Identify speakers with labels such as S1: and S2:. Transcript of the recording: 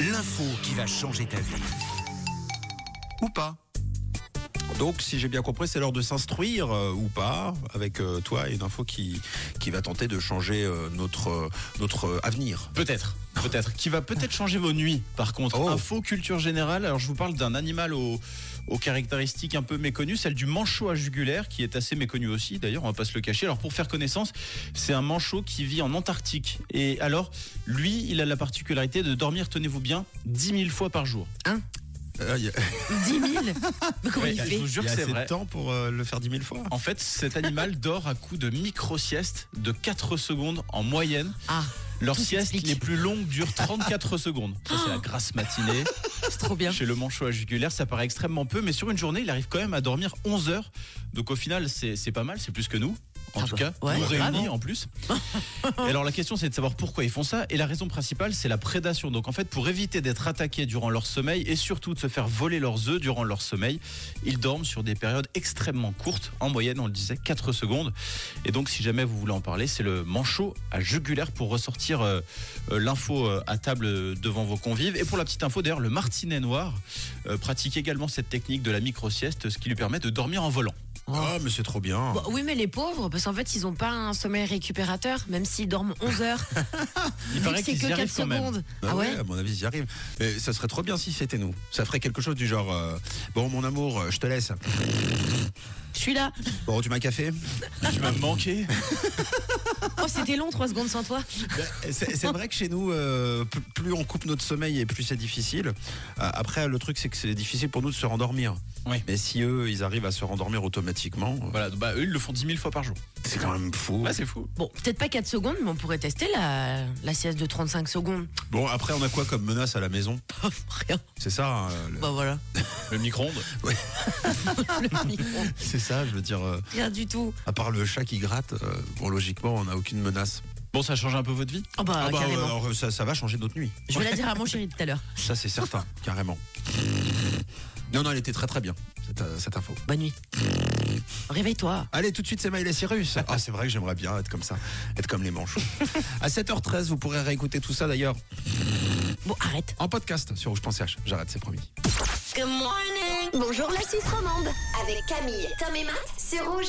S1: l'info qui va changer ta vie. Ou pas.
S2: Donc, si j'ai bien compris, c'est l'heure de s'instruire euh, ou pas avec euh, toi et une info qui, qui va tenter de changer euh, notre, euh, notre euh, avenir.
S3: Peut-être, peut-être. Qui va peut-être changer vos nuits, par contre.
S2: Oh.
S3: Info culture générale. Alors, je vous parle d'un animal aux, aux caractéristiques un peu méconnues, celle du manchot à jugulaire, qui est assez méconnu aussi. D'ailleurs, on va pas se le cacher. Alors, pour faire connaissance, c'est un manchot qui vit en Antarctique. Et alors, lui, il a la particularité de dormir, tenez-vous bien, 10 000 fois par jour.
S2: Euh, Il y a,
S4: 10 000 Mais Comment
S3: Ouais,
S4: il
S3: je
S4: fait
S3: vous jure
S2: il y a
S3: que c'est
S2: assez
S3: vrai.
S2: de temps pour euh, le faire 10 000 fois.
S3: En fait, cet animal dort à coup de micro-sieste de 4 secondes en moyenne.
S4: Ah,
S3: Leur
S4: Tout
S3: sieste
S4: s'explique.
S3: les plus longues dure 34 secondes. Ça, c'est la grasse matinée.
S4: c'est trop bien.
S3: Chez le manchot à jugulaire, ça paraît extrêmement peu, mais sur une journée, il arrive quand même à dormir 11 heures. Donc au final, c'est c'est pas mal, c'est plus que nous. En
S4: Ah
S3: tout
S4: bah,
S3: cas,
S4: ouais,
S3: nous
S4: grave,
S3: réunis
S4: hein.
S3: en plus. Et alors la question, c'est de savoir pourquoi ils font ça. Et la raison principale, c'est la prédation. Donc en fait, pour éviter d'être attaqués durant leur sommeil et surtout de se faire voler leurs œufs durant leur sommeil, ils dorment sur des périodes extrêmement courtes. En moyenne, on le disait, 4 secondes. Et donc, si jamais vous voulez en parler, c'est le manchot à jugulaire pour ressortir euh, euh, l'info euh, à table euh, devant vos convives. Et pour la petite info, d'ailleurs, le martinet noir euh, pratique également cette technique de la micro-sieste, ce qui lui permet de dormir en volant.
S2: Ah, mais c'est trop bien.
S4: Bon, oui, mais les pauvres, parce qu'en fait, ils n'ont pas un sommeil récupérateur, même s'ils dorment 11 heures.
S3: Il
S4: Vu
S3: paraît
S4: que c'est
S3: qu'ils y
S4: que 4
S3: arrivent quand même.
S4: secondes.
S2: Bah
S4: Ah ouais
S2: à mon avis, j'y arrive. Mais ça serait trop bien si c'était nous. Ça ferait quelque chose du genre euh, Bon, mon amour, euh, je te laisse.
S4: Je suis là.
S2: Bon, tu m'as café
S3: Tu m'as manqué.
S4: Oh, c'était long, 3 secondes sans toi.
S2: C'est c'est vrai que chez nous, euh, p- plus on coupe notre sommeil et plus c'est difficile. Euh, Après, le truc, c'est que c'est difficile pour nous de se rendormir.
S3: Oui.
S2: Mais si eux, ils arrivent à se rendormir automatiquement, euh,
S3: Voilà, bah, eux, ils le font 10 000 fois par jour.
S2: c'est quand même fou.
S3: Ouais, c'est fou.
S4: Bon, peut-être pas 4 secondes, mais on pourrait tester la, la sieste de 35 secondes.
S2: Bon, après, on a quoi comme menace à la maison
S3: Oh,
S4: Rien.
S2: C'est ça hein, le-
S4: Bah voilà.
S3: Le micro-ondes.
S4: Le micro.
S2: C'est ça, je veux dire. euh,
S4: Rien du tout.
S2: à part le chat qui gratte, euh, bon, logiquement, on n'a aucune menace.
S3: Bon, ça change un peu votre vie
S4: Oh bah,
S2: Ah bah,
S4: carrément.
S2: alors, ça, ça va changer notre nuit.
S4: Je vais la dire à mon chéri tout à l'heure.
S2: Ça, c'est certain, carrément. Non, non, elle était très très bien, cette, euh, cette info.
S4: Bonne nuit. Réveille-toi.
S2: Allez, tout de suite, c'est Maël et Cyrus. Ah, c'est vrai que j'aimerais bien être comme ça, être comme les manches. À 7h13, vous pourrez réécouter tout ça d'ailleurs
S4: Bon, arrête.
S2: en podcast sur rouge.ch. J'arrête, c'est promis.
S5: Bonjour la Suisse romande avec Camille, Tom et Matt, c'est rouge.